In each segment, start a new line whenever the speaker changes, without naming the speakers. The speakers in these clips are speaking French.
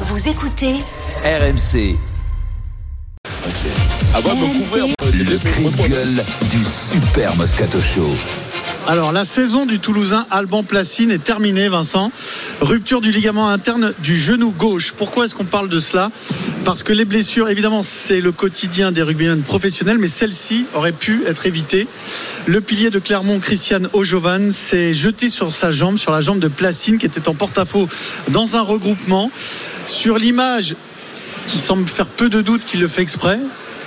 Vous écoutez
RMC.
Ah bah, me couvert, euh, des-
Le
des-
cri de gueule du super Moscato Show.
Alors la saison du Toulousain Alban Placine est terminée Vincent. Rupture du ligament interne du genou gauche. Pourquoi est-ce qu'on parle de cela Parce que les blessures, évidemment, c'est le quotidien des rugbymen professionnels, mais celle-ci aurait pu être évitée. Le pilier de Clermont, Christian Ojovan, s'est jeté sur sa jambe, sur la jambe de Placine qui était en porte-à-faux dans un regroupement. Sur l'image, il semble faire peu de doute qu'il le fait exprès.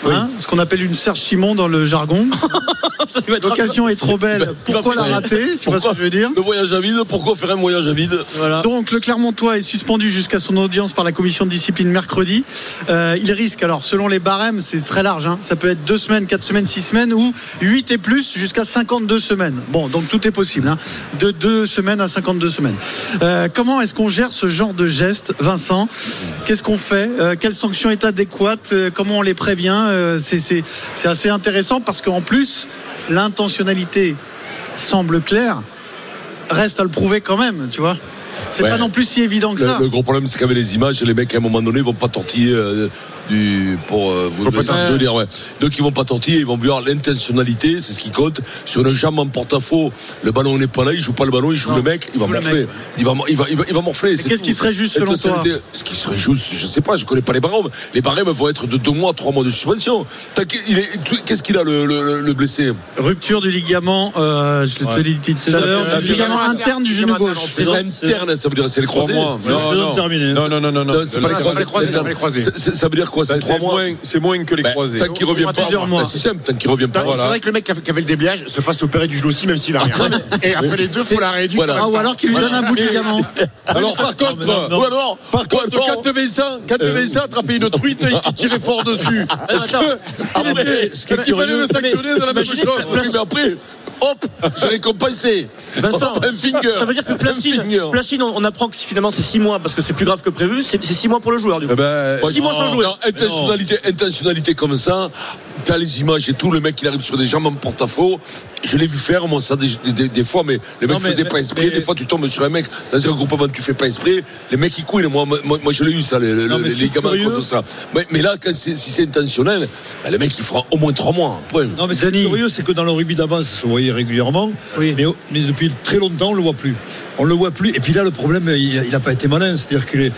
hein, ce qu'on appelle une Serge Simon dans le jargon.
Ça, il va être-
L'occasion est trop belle. Pourquoi la rater Tu vois ce que je veux dire
Le voyage à vide, pourquoi faire un voyage à vide Voilà.
donc le Clermontois est suspendu jusqu'à son audience par la commission de discipline mercredi. Euh, il risque, alors selon les barèmes, c'est très large, hein. ça peut être deux semaines, quatre semaines, six semaines ou 8 et plus jusqu'à 52 semaines. Bon, donc tout est possible, hein. de deux semaines à 52 semaines. Euh, comment est-ce qu'on gère ce genre de geste, Vincent Qu'est-ce qu'on fait Euh, Quelle sanction est adéquate Euh, Comment on les prévient Euh, c'est- C'est c'est assez intéressant parce qu'en plus, l'intentionnalité semble claire reste à le prouver quand même, tu vois. C'est
Ouais.
pas non plus si évident que
Le,
ça.
le gros problème, c'est qu'avec les images, les mecs, à un moment donné, vont pas tortiller euh, du, pour euh, vous
pas
vous-
tortiller.
je veux dire, ouais. Donc, ils vont pas tortiller, ils vont voir l'intentionnalité, c'est ce qui compte. Sur une jambe en porte-à-faux, le ballon n'est pas là, il joue pas le ballon, il joue
Non,
le mec, il va
il joue le
morfler.
mec.
Il va, il va, il va, il va morfler. c'est
qu'est-ce
tout.
qui serait juste selon toi
Intentionnalité- Ce qui serait juste, je sais pas, je connais pas les barèmes. Les barèmes vont être de deux mois, trois mois de suspension. T'as qu'il- il est- tout- Qu'est-ce qu'il a, le, le- le blessé
Rupture du ligament, euh, je te l'ai dit tout à
la-
l'heure,
la-
du ligament
la-
interne du genou
ligament
gauche.
interne,
C'est interne, ça veut dire, c'est les
Trois
croisés.
mois.
C'est
Non,
saison
non.
terminée.
Non, non, non, non, non.
Non, c'est pas les
Non,
croisés.
c'est pas les croisés.
Ça- ça- Ça veut dire quoi C'est
Ça,
trois
C'est
mois
moins, c'est moins que les
Ben,
croisés.
Tant qu'il revient pas,
plusieurs
ben,
mois.
c'est simple, tant qu'il revient pas.
Il faudrait
Voilà.
que le mec qui a fait qui avait le déblage se fasse opérer du genou aussi, même s'il a rien. Et après les deux, faut la réduire.
Voilà.
Ah, ou alors qu'il lui donne un bout de ligament.
Alors, par contre,
Ou alors, Euh.
par contre, quand tu ça, quand tu ça, attraper une truite et qui tirait fort dessus. Est-ce que, est-ce qu'il fallait le sanctionner dans la même chose
Oui, mais après, hop, j'ai récompensé.
Vincent,
Hop, un finger.
Ça veut dire que
Un
Placine,
finger.
Placine, on, on apprend que finalement c'est 6 mois parce que c'est plus grave que prévu, c'est 6 mois pour le joueur du coup.
Eh ben,
Six mois sans jouer.
Non, hein. intentionnalité, intentionnalité comme ça, t'as les images et tout, le mec il arrive sur des jambes en porte-à-faux. Je l'ai vu faire, moi, ça des, des- des fois, mais le mec
Non, mais-
faisait pas esprit.
mais-
des fois, tu tombes sur un mec, dans un groupement, tu fais pas esprit. Les mecs ils couillent, moi, moi, moi, je l'ai eu ça, les, les-
Non, mais ce qui
les
est
gamins
curieux-
contre ça. Mais, mais là, quand c'est- si c'est intentionnel, ben, le mec il fera au moins trois mois. Point.
Non, mais ce qui est
Denis.
curieux, c'est que dans le rugby d'avant, ça se voyait régulièrement.
Oui.
Mais, mais depuis très longtemps, on le voit plus. On le voit plus. Et puis là, le problème, il n'a pas été malin. C'est-à-dire qu'il est-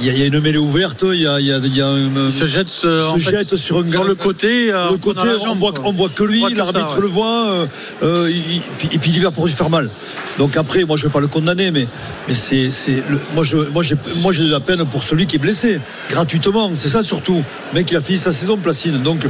il y, a- il y a une mêlée ouverte, il y a, il y a- il y a un-
Il se jette, euh,
se
en fait,
jette sur un gars-
sur le côté. euh,
le
en prenant
côté,
la
on
jambe,
voit,
quoi.
on voit que lui,
On voit que ça,
l'arbitre
ouais.
le voit, euh, euh, il- puis- et puis il va pour lui faire mal. Donc après, moi je ne vais pas le condamner, mais, mais c'est, c'est le- moi, je, moi, j'ai, moi j'ai de la peine pour celui qui est blessé, gratuitement, c'est ça surtout. Le mec, il a fini sa saison Placide. Donc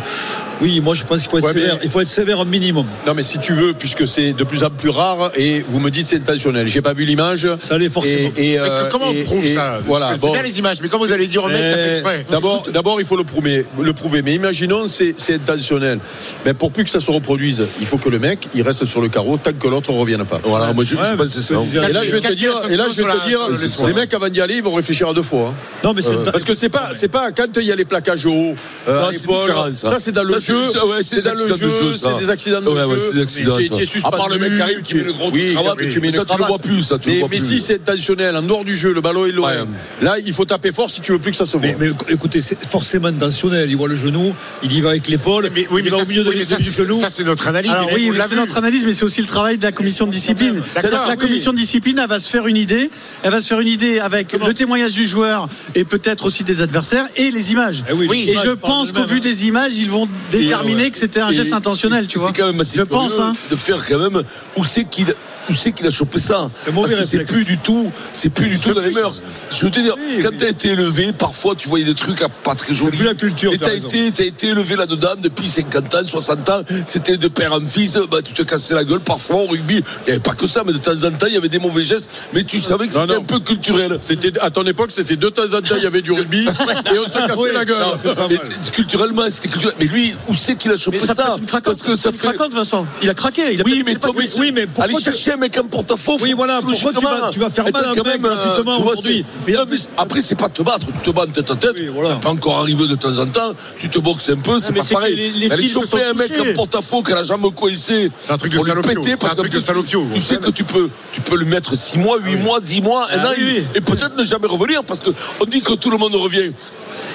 oui, moi je pense qu'il faut être
Ouais, mais-
sévère, il faut être sévère un minimum.
Non, mais si tu veux, puisque c'est de plus en plus rare, et vous me dites c'est intentionnel. J'ai pas vu l'image.
Ça l'est forcément.
Et, et,
Mais que-
euh,
comment
et-
on prouve
et-
ça
Voilà.
C'est
bon.
bien les images, mais quand vous allez dire au mec, t'as
Euh,
fait exprès.
Eh, D'abord, d'abord, il faut le prouver. Le prouver. Mais imaginons, c'est c'est intentionnel. Mais pour plus que ça se reproduise, il faut que le mec, il reste sur le carreau tant que l'autre ne revienne pas.
Voilà, moi je, je pense que c'est ça.
Et là, je vais te
Quelle
dire,
est la
et là, je vais
sanction
te dire,
sur la- sur le soir
les mecs avant d'y aller, ils vont réfléchir à deux fois. hein.
Non, mais c'est
Euh, parce que c'est pas, c'est pas quand il y a les plaquages au haut, euh,
Non,
à
c'est
l'épaule.
différent, ça.
Ça, c'est dans le
Ça, c'est-
jeu.
ça, ouais, c'est des
dans le
accidents de jeu, ça.
C'est des accidents de
Ouais, ouais, c'est des
jeu.
accidents,
Tu es- tu es
ça. À part le
suspendu,
mec qui arrive, tu mets une grosse cravate,
tu mets une
ça, tu le
cravate.
vois plus, ça, tu le
Mais-
vois
Mais
plus.
si c'est intentionnel, en dehors du jeu, le ballon est loin.
Ouais.
Là, il faut taper fort si tu veux plus que ça se voit.
Mais, mais écoutez, c'est forcément intentionnel. Il voit le genou, il y va avec l'épaule,
Mais oui,
il
mais
va
ça,
au milieu de
oui, mais ça,
l'épaule du
c'est-
genou.
ça, c'est notre analyse.
Alors
Et
Ah oui,
on l'a
c'est
vu.
notre analyse, mais c'est aussi le travail de la commission de discipline. C'est-à-dire que la
oui.
commission de discipline, elle va se faire une idée. Elle va se faire une idée avec le témoignage du joueur et peut-être aussi des adversaires et les images.
Eh oui, les
et
images
je
parlent
pense qu'au
d'elles-mêmes,
vu
hein.
des images, ils vont déterminer que c'était un
Et-
geste intentionnel, tu vois.
C'est quand même assez
je
curieux
pense, hein.
de faire quand même où c'est qu'il où c'est qu'il a chopé ça.
C'est mauvais
Parce que c'est
réflexe.
plus du tout, c'est plus du tout dans les mœurs. Je veux te dire, quand t'as été élevé, parfois tu voyais des trucs ah, pas très jolis.
plus la culture,
Et
t'as
t'as
raison.
été, t'as été élevé là-dedans depuis 50 ans, 60 ans. C'était de père en fils, bah, tu te cassais la gueule. Parfois au rugby, il n'y avait pas que ça, mais de temps en temps, il y avait des mauvais gestes. Mais tu savais que
Euh, Non,
c'était
non.
un peu culturel.
C'était à ton époque, c'était de temps en temps, il y avait du rugby et on se cassait la gueule.
Non, mais t- culturellement, c'était culturel. Mais lui, où c'est qu'il a chopé
Mais ça,
ça
passe une craquante,
Parce que ça
une
fait.
craquante Vincent. Il a craqué, il a
Oui,
pas-
mais
c'est pas-
Thomas,
oui, mais
allez chercher un mec en porte-à-faux.
Oui,
faut-
voilà, pourquoi tu vas-
logiquement,
tu vas faire mal
être
à un
quand
mec
même, euh,
gratuitement
tu vois,
aujourd'hui
c'est- non, mais Après, c'est pas te battre. Tu te bats en tête à tête.
Oui, voilà.
Ça peut encore arriver de temps en temps. Tu te boxes un peu, c'est
mais
pas
c'est que
pareil.
les- les
Mais Aller
fils se
choper
sont
un mec
touchés.
en porte-à-faux qui a la jambe coincée.
C'est un truc de
pour lui
salopio.
péter,
C'est
parce
un truc
qu'en
de
plus,
salopio,
Tu
gros.
sais que tu peux, tu peux le mettre 6 mois, 8 mois, 10 mois, un
Ah
an.
oui, oui.
Et peut-être ne jamais revenir parce que on dit que tout le monde revient.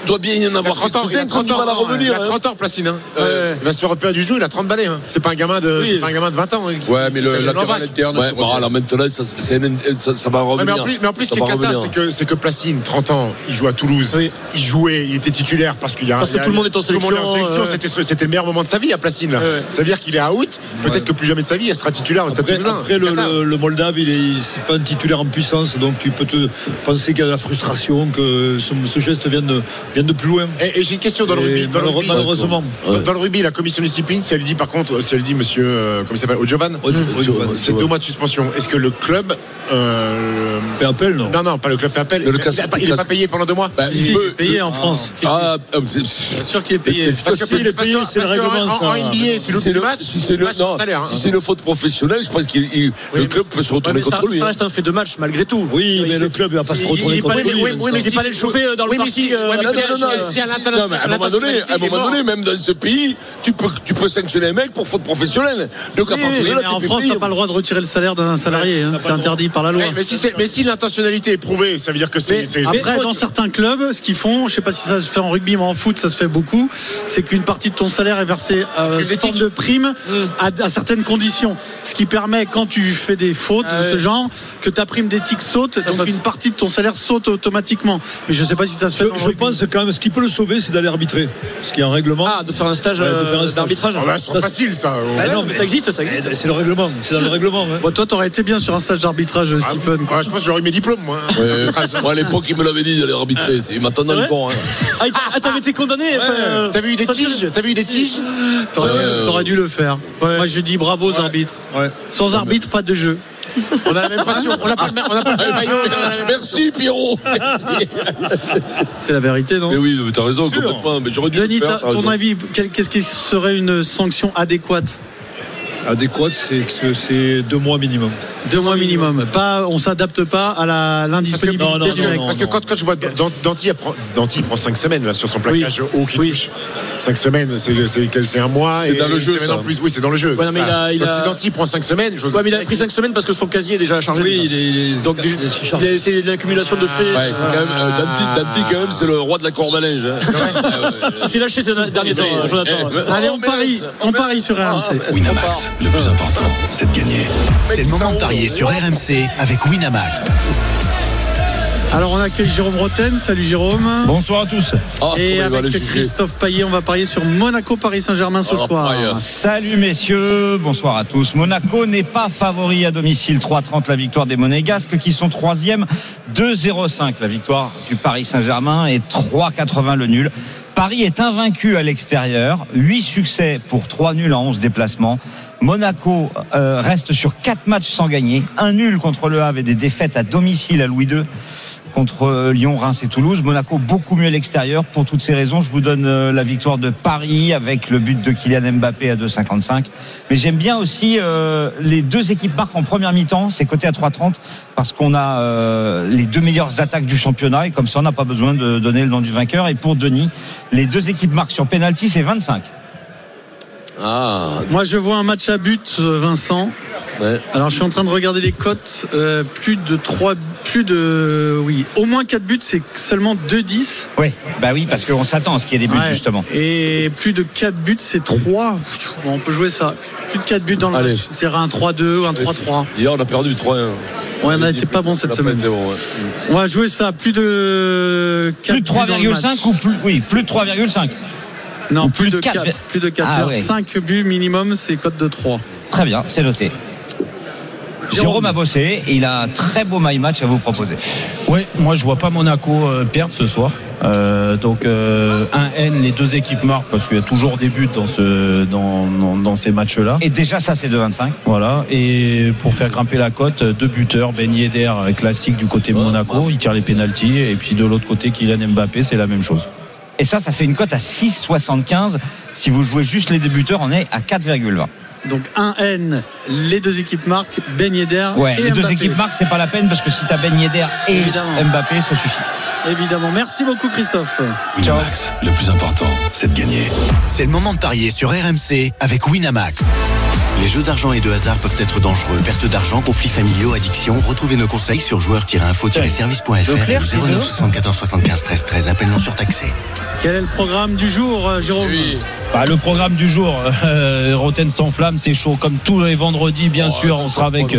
Doit bien y en
Il a
avoir
30 ans, il a
quelques-uns qui ont
30
du
ans,
mal à
hein,
revenir.
il a
hein.
30 ans, Placine. hein. Euh, Il va se faire repérer du jeu, il a 30 balais. hein. C'est pas un gamin
euh,
de, c'est pas un gamin de 20 ans. hein, qui-
Ouais, mais
qui
le
fait
latéral
Novak.
interne.
Ouais, bon, alors maintenant, ça, c'est un- ça- ça va
Ouais,
revenir.
mais, en plus, mais en plus, ce
Ça
qui est
va
cata,
revenir.
c'est que, c'est que Placine, 30 ans, il joue à Toulouse.
Oui.
Il jouait, il était titulaire parce qu'il y a
Parce que
il y a-
tout le monde est en
tout le monde est en
sélection,
sélection.
euh,
C'était, c'était le meilleur moment de sa vie à Placine. là.
Ouais.
Ça veut dire qu'il est à out. Peut-être que plus jamais de sa vie, il sera titulaire au Stade
Après,
Toulousain.
après, le,
Cata.
Ah.
le- le Moldave, il est, il- c'est pas un titulaire en puissance, donc tu peux te penser qu'il y a de la frustration, que ce, ce geste vient de, vient de plus loin.
Et, et j'ai une question dans le
Et
rugby. Dans le
malheure-
rugby,
malheureusement.
Dans- dans le rugby, la commission de discipline, si elle lui dit par contre, si elle lui dit monsieur, euh, comment il s'appelle, Ojovan,
Oh, Dieu, oh, Dieu,
Dieu,
c'est deux mois de suspension. Est-ce que le club. euh,
Fait appel, non
non, non, pas le club fait appel.
Mais le
Il a
casse-
pas- il n'est
casse-
pas payé pendant deux mois.
Bah,
Si,
il
il
peut-
est payé en France.
Ah, euh, c'est-
Bien sûr qu'il est payé.
Parce que
Si, il est payé,
parce que-
c'est le
parce que
règlement,
En, en
ça.
hein.
NBA, tu
si
loupes
c'est
le
le
match,
si c'est le-
match
non,
sans salaire. hein.
si c'est une faute professionnelle, je pense que le
mais
club peut se retourner
mais ça,
contre lui.
ça
hein.
reste un fait de match malgré tout.
Oui, mais
Il
le
s'est-
club, il va pas se
il-
retourner
il est
contre
allé-
lui,
oui, oui, mais il n'est pas allé le choper euh, dans le
Oui, mais
parking.
si, ouais, mais
euh,
si,
non, non,
si,
non,
si, à l'international-
Non, mais à un moment donné, à un moment donné, même dans ce pays, tu peux, tu peux sanctionner un mec pour faute professionnelle. Donc à
Oui,
partir de
oui,
là,
Mais
tu
en
peux
France,
payer.
t'as pas le droit de retirer le salaire d'un salarié. hein. C'est interdit par la loi.
Ouais, Eh, mais, si c'est- mais si l'intentionnalité est prouvée, ça veut dire que c'est. c'est- c'est-
Après, dans certains clubs, ce qu'ils font, je sais pas si ça se fait en rugby, mais en foot, ça se fait beaucoup, c'est qu'une partie de ton salaire est versée euh,
Des
sous forme
éthiques.
de prime à, à certaines conditions. Ce qui permet, quand tu fais des fautes de ce genre, que ta prime d'éthique saute, donc
saute.
une partie de ton salaire saute automatiquement. Mais je sais pas si ça se fait.
Je,
dans le
je
rugby.
pense quand même, ce qui peut le sauver, c'est d'aller arbitrer. Ce qui est un règlement.
Ah, de faire un stage
Ouais, de faire un
euh,
stage.
d'arbitrage.
Ah bah, c'est
ça,
facile,
Ah,
ça.
Bah
Ouais,
non,
mais
mais-
Ça existe, ça existe.
Eh, C'est le règlement, c'est dans le règlement. hein.
Bon, toi, t'aurais été bien sur un stage d'arbitrage,
Ah,
Stephen. quoi.
ouais, je pense que j'aurais eu mes diplômes, moi.
Euh, moi, à l'époque, il me l'avait dit d'aller arbitrer. Il m'attendait
Ouais.
le pont. hein.
Ah, il t'a- ah, t'avais été condamné enfin, euh,
T'as vu des
sortir-
tiges T'as vu des tiges
T'aurais t'aurais dû le faire. Moi, je dis bravo aux arbitres.
Ouais.
Sans arbitre, pas de jeu.
On a la même passion. On n'a pas le même on n'a pas le
Ah,
même maillot. on a la même-
Merci Pierrot.
C'est la vérité, non
Mais oui, mais t'as raison complètement. Mais j'aurais dû. le
Denis,
faire,
ta-
t'as raison.
ton avis, quel- qu'est-ce qui serait une sanction adéquate
Adéquat, c'est que c'est deux mois minimum.
Deux mois minimum. Pas, on s'adapte pas à la l'indisponibilité
Non, non,
du
Parce que,
mec.
parce que quand, quand je vois Dan- Danty, elle prend- Danty prend 5 semaines là, sur son plaquage haut qui touche. 5 semaines, c'est- c'est quel- c'est un mois.
C'est
et
dans le
une
jeu,
semaine
ça.
en plus. Oui, c'est dans le jeu.
Ouais, non, mais il a- il
Donc,
a-
Si Danty prend 5 semaines, j'ose
Ouais, mais il a pris 5 semaines parce que son casier est déjà chargé.
Oui,
déjà.
il est, il est-
Donc,
il est
déjà,
chargé.
il est- c'est l'accumulation de faits.
Ouais, c'est quand même euh, Danti, Danti, quand même, c'est le roi de la corde à linge. hein.
Il s'est lâché ces derniers temps, hein, Jonathan.
Eh, mais-
Allez,
Oh,
on
mais
parie,
laisse.
on parie sur
Ah,
RMC.
Winamax, le plus important, c'est de gagner. C'est le moment de parier sur RMC avec Winamax.
Alors on accueille Jérôme Roten. Salut Jérôme.
Bonsoir à tous.
Ah,
Et
comment il va aller
avec
juger
Christophe Payet, on va parier sur Monaco Paris Saint-Germain ce
Ah,
soir.
pareil.
Salut messieurs, bonsoir à tous. Monaco n'est pas favori à domicile. 3-30 la victoire des Monégasques qui sont troisième. 2-0-5 la victoire du Paris Saint-Germain et 3-80 le nul. Paris est invaincu à l'extérieur. 8 succès pour 3 nuls en 11 déplacements. Monaco euh, reste sur 4 matchs sans gagner. Un nul contre le Havre et des défaites à domicile à Louis II contre euh, Lyon, Reims et Toulouse. Monaco beaucoup mieux à l'extérieur. Pour toutes ces raisons, je vous donne euh, la victoire de Paris avec le but de Kylian Mbappé à 2,55. Mais j'aime bien aussi euh, les deux équipes marquent en première mi-temps, c'est coté à 3,30 parce qu'on a euh, les deux meilleures attaques du championnat et comme ça on n'a pas besoin de donner le nom du vainqueur. Et pour Denis, les deux équipes marquent sur penalty, c'est 25.
Ah,
Moi je vois un match à but, euh, Vincent.
ouais.
Alors je suis en train de regarder les cotes. Euh, plus de 3 plus de oui, au moins 4 buts, c'est seulement 2-10.
Oui, bah oui, parce qu'on s'attend à ce qu'il y ait des buts
Ouais.
justement.
Et plus de 4 buts, c'est 3. on peut jouer ça. Plus de 4 buts dans le
Allez.
match. C'est un 3-2 ou un 3-3.
Hier, on a perdu 3-1.
Ouais, on a été pas bon cette
On a pas
semaine.
été bon, ouais.
On va jouer ça. Plus de 4
Plus de 3,5 ou plus oui, plus de 3,5.
Non,
ou
plus,
plus
de
de
4.
quatre.
Plus de 4.
Ah, ouais.
5 buts minimum, c'est cote de 3.
Très bien, c'est noté.
Jérôme.
Jérôme. a bossé, et il a un très beau my match à vous proposer.
Oui, moi je vois pas Monaco euh, perdre ce soir. Euh, donc euh, un N, les deux équipes marquent parce qu'il y a toujours des buts dans, ce, dans, dans, dans ces matchs-là.
Et déjà ça c'est de 25.
Voilà. Et pour faire grimper la cote, deux buteurs, Ben Yedder euh, classique du côté de Monaco, il tire les pénalties et puis de l'autre côté Kylian Mbappé, c'est la même chose.
Et ça, ça fait une cote à 6,75. Si vous jouez juste les débuteurs, on est à 4,20.
Donc 1N, les deux équipes marquent, Ben Yedder
Ouais,
et
les deux
Mbappé.
équipes marquent, c'est pas la peine parce que si t'as Ben Yedder et
Évidemment.
Mbappé, ça suffit.
Évidemment. Merci beaucoup Christophe.
Winamax, le plus important, c'est de gagner. C'est le moment de parier sur RMC avec Winamax. Les jeux d'argent et de hasard peuvent être dangereux. Perte d'argent, conflits familiaux, addiction. Retrouvez nos conseils sur joueurs-info-service.fr et
Leclerc,
au
c'est le
09 74 75 13 13. Appel non surtaxé.
Quel est le programme du jour, euh, Jérôme
Bah, le programme du jour, euh, Roten sans flamme, c'est chaud comme tous les vendredis, bien
Oh,
sûr. On sera avec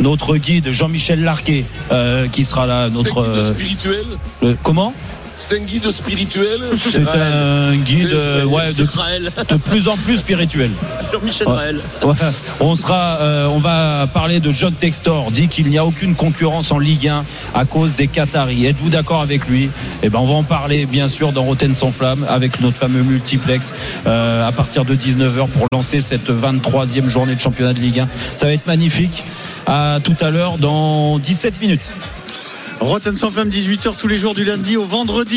notre guide Jean-Michel Larquet, euh, qui sera là.
C'est
Notre
un guide
euh,
spirituel
le- comment
C'est un guide spirituel
C'est un guide
C'est-
euh, ouais,
C'est
de,
Raël.
de plus en plus spirituel.
Jean-Michel
Ouais.
Raël.
Ouais. On sera, euh, on va parler de John Textor, dit qu'il n'y a aucune concurrence en Ligue 1 à cause des Qataris. Êtes-vous d'accord avec lui Eh ben, on va en parler bien sûr dans Roten sans flamme avec notre fameux multiplex euh, à partir de 19h pour lancer cette 23e journée de championnat de Ligue 1. Ça va être magnifique. À tout à l'heure dans 17 minutes.
Rotten sans flamme 18h tous les jours du lundi au vendredi.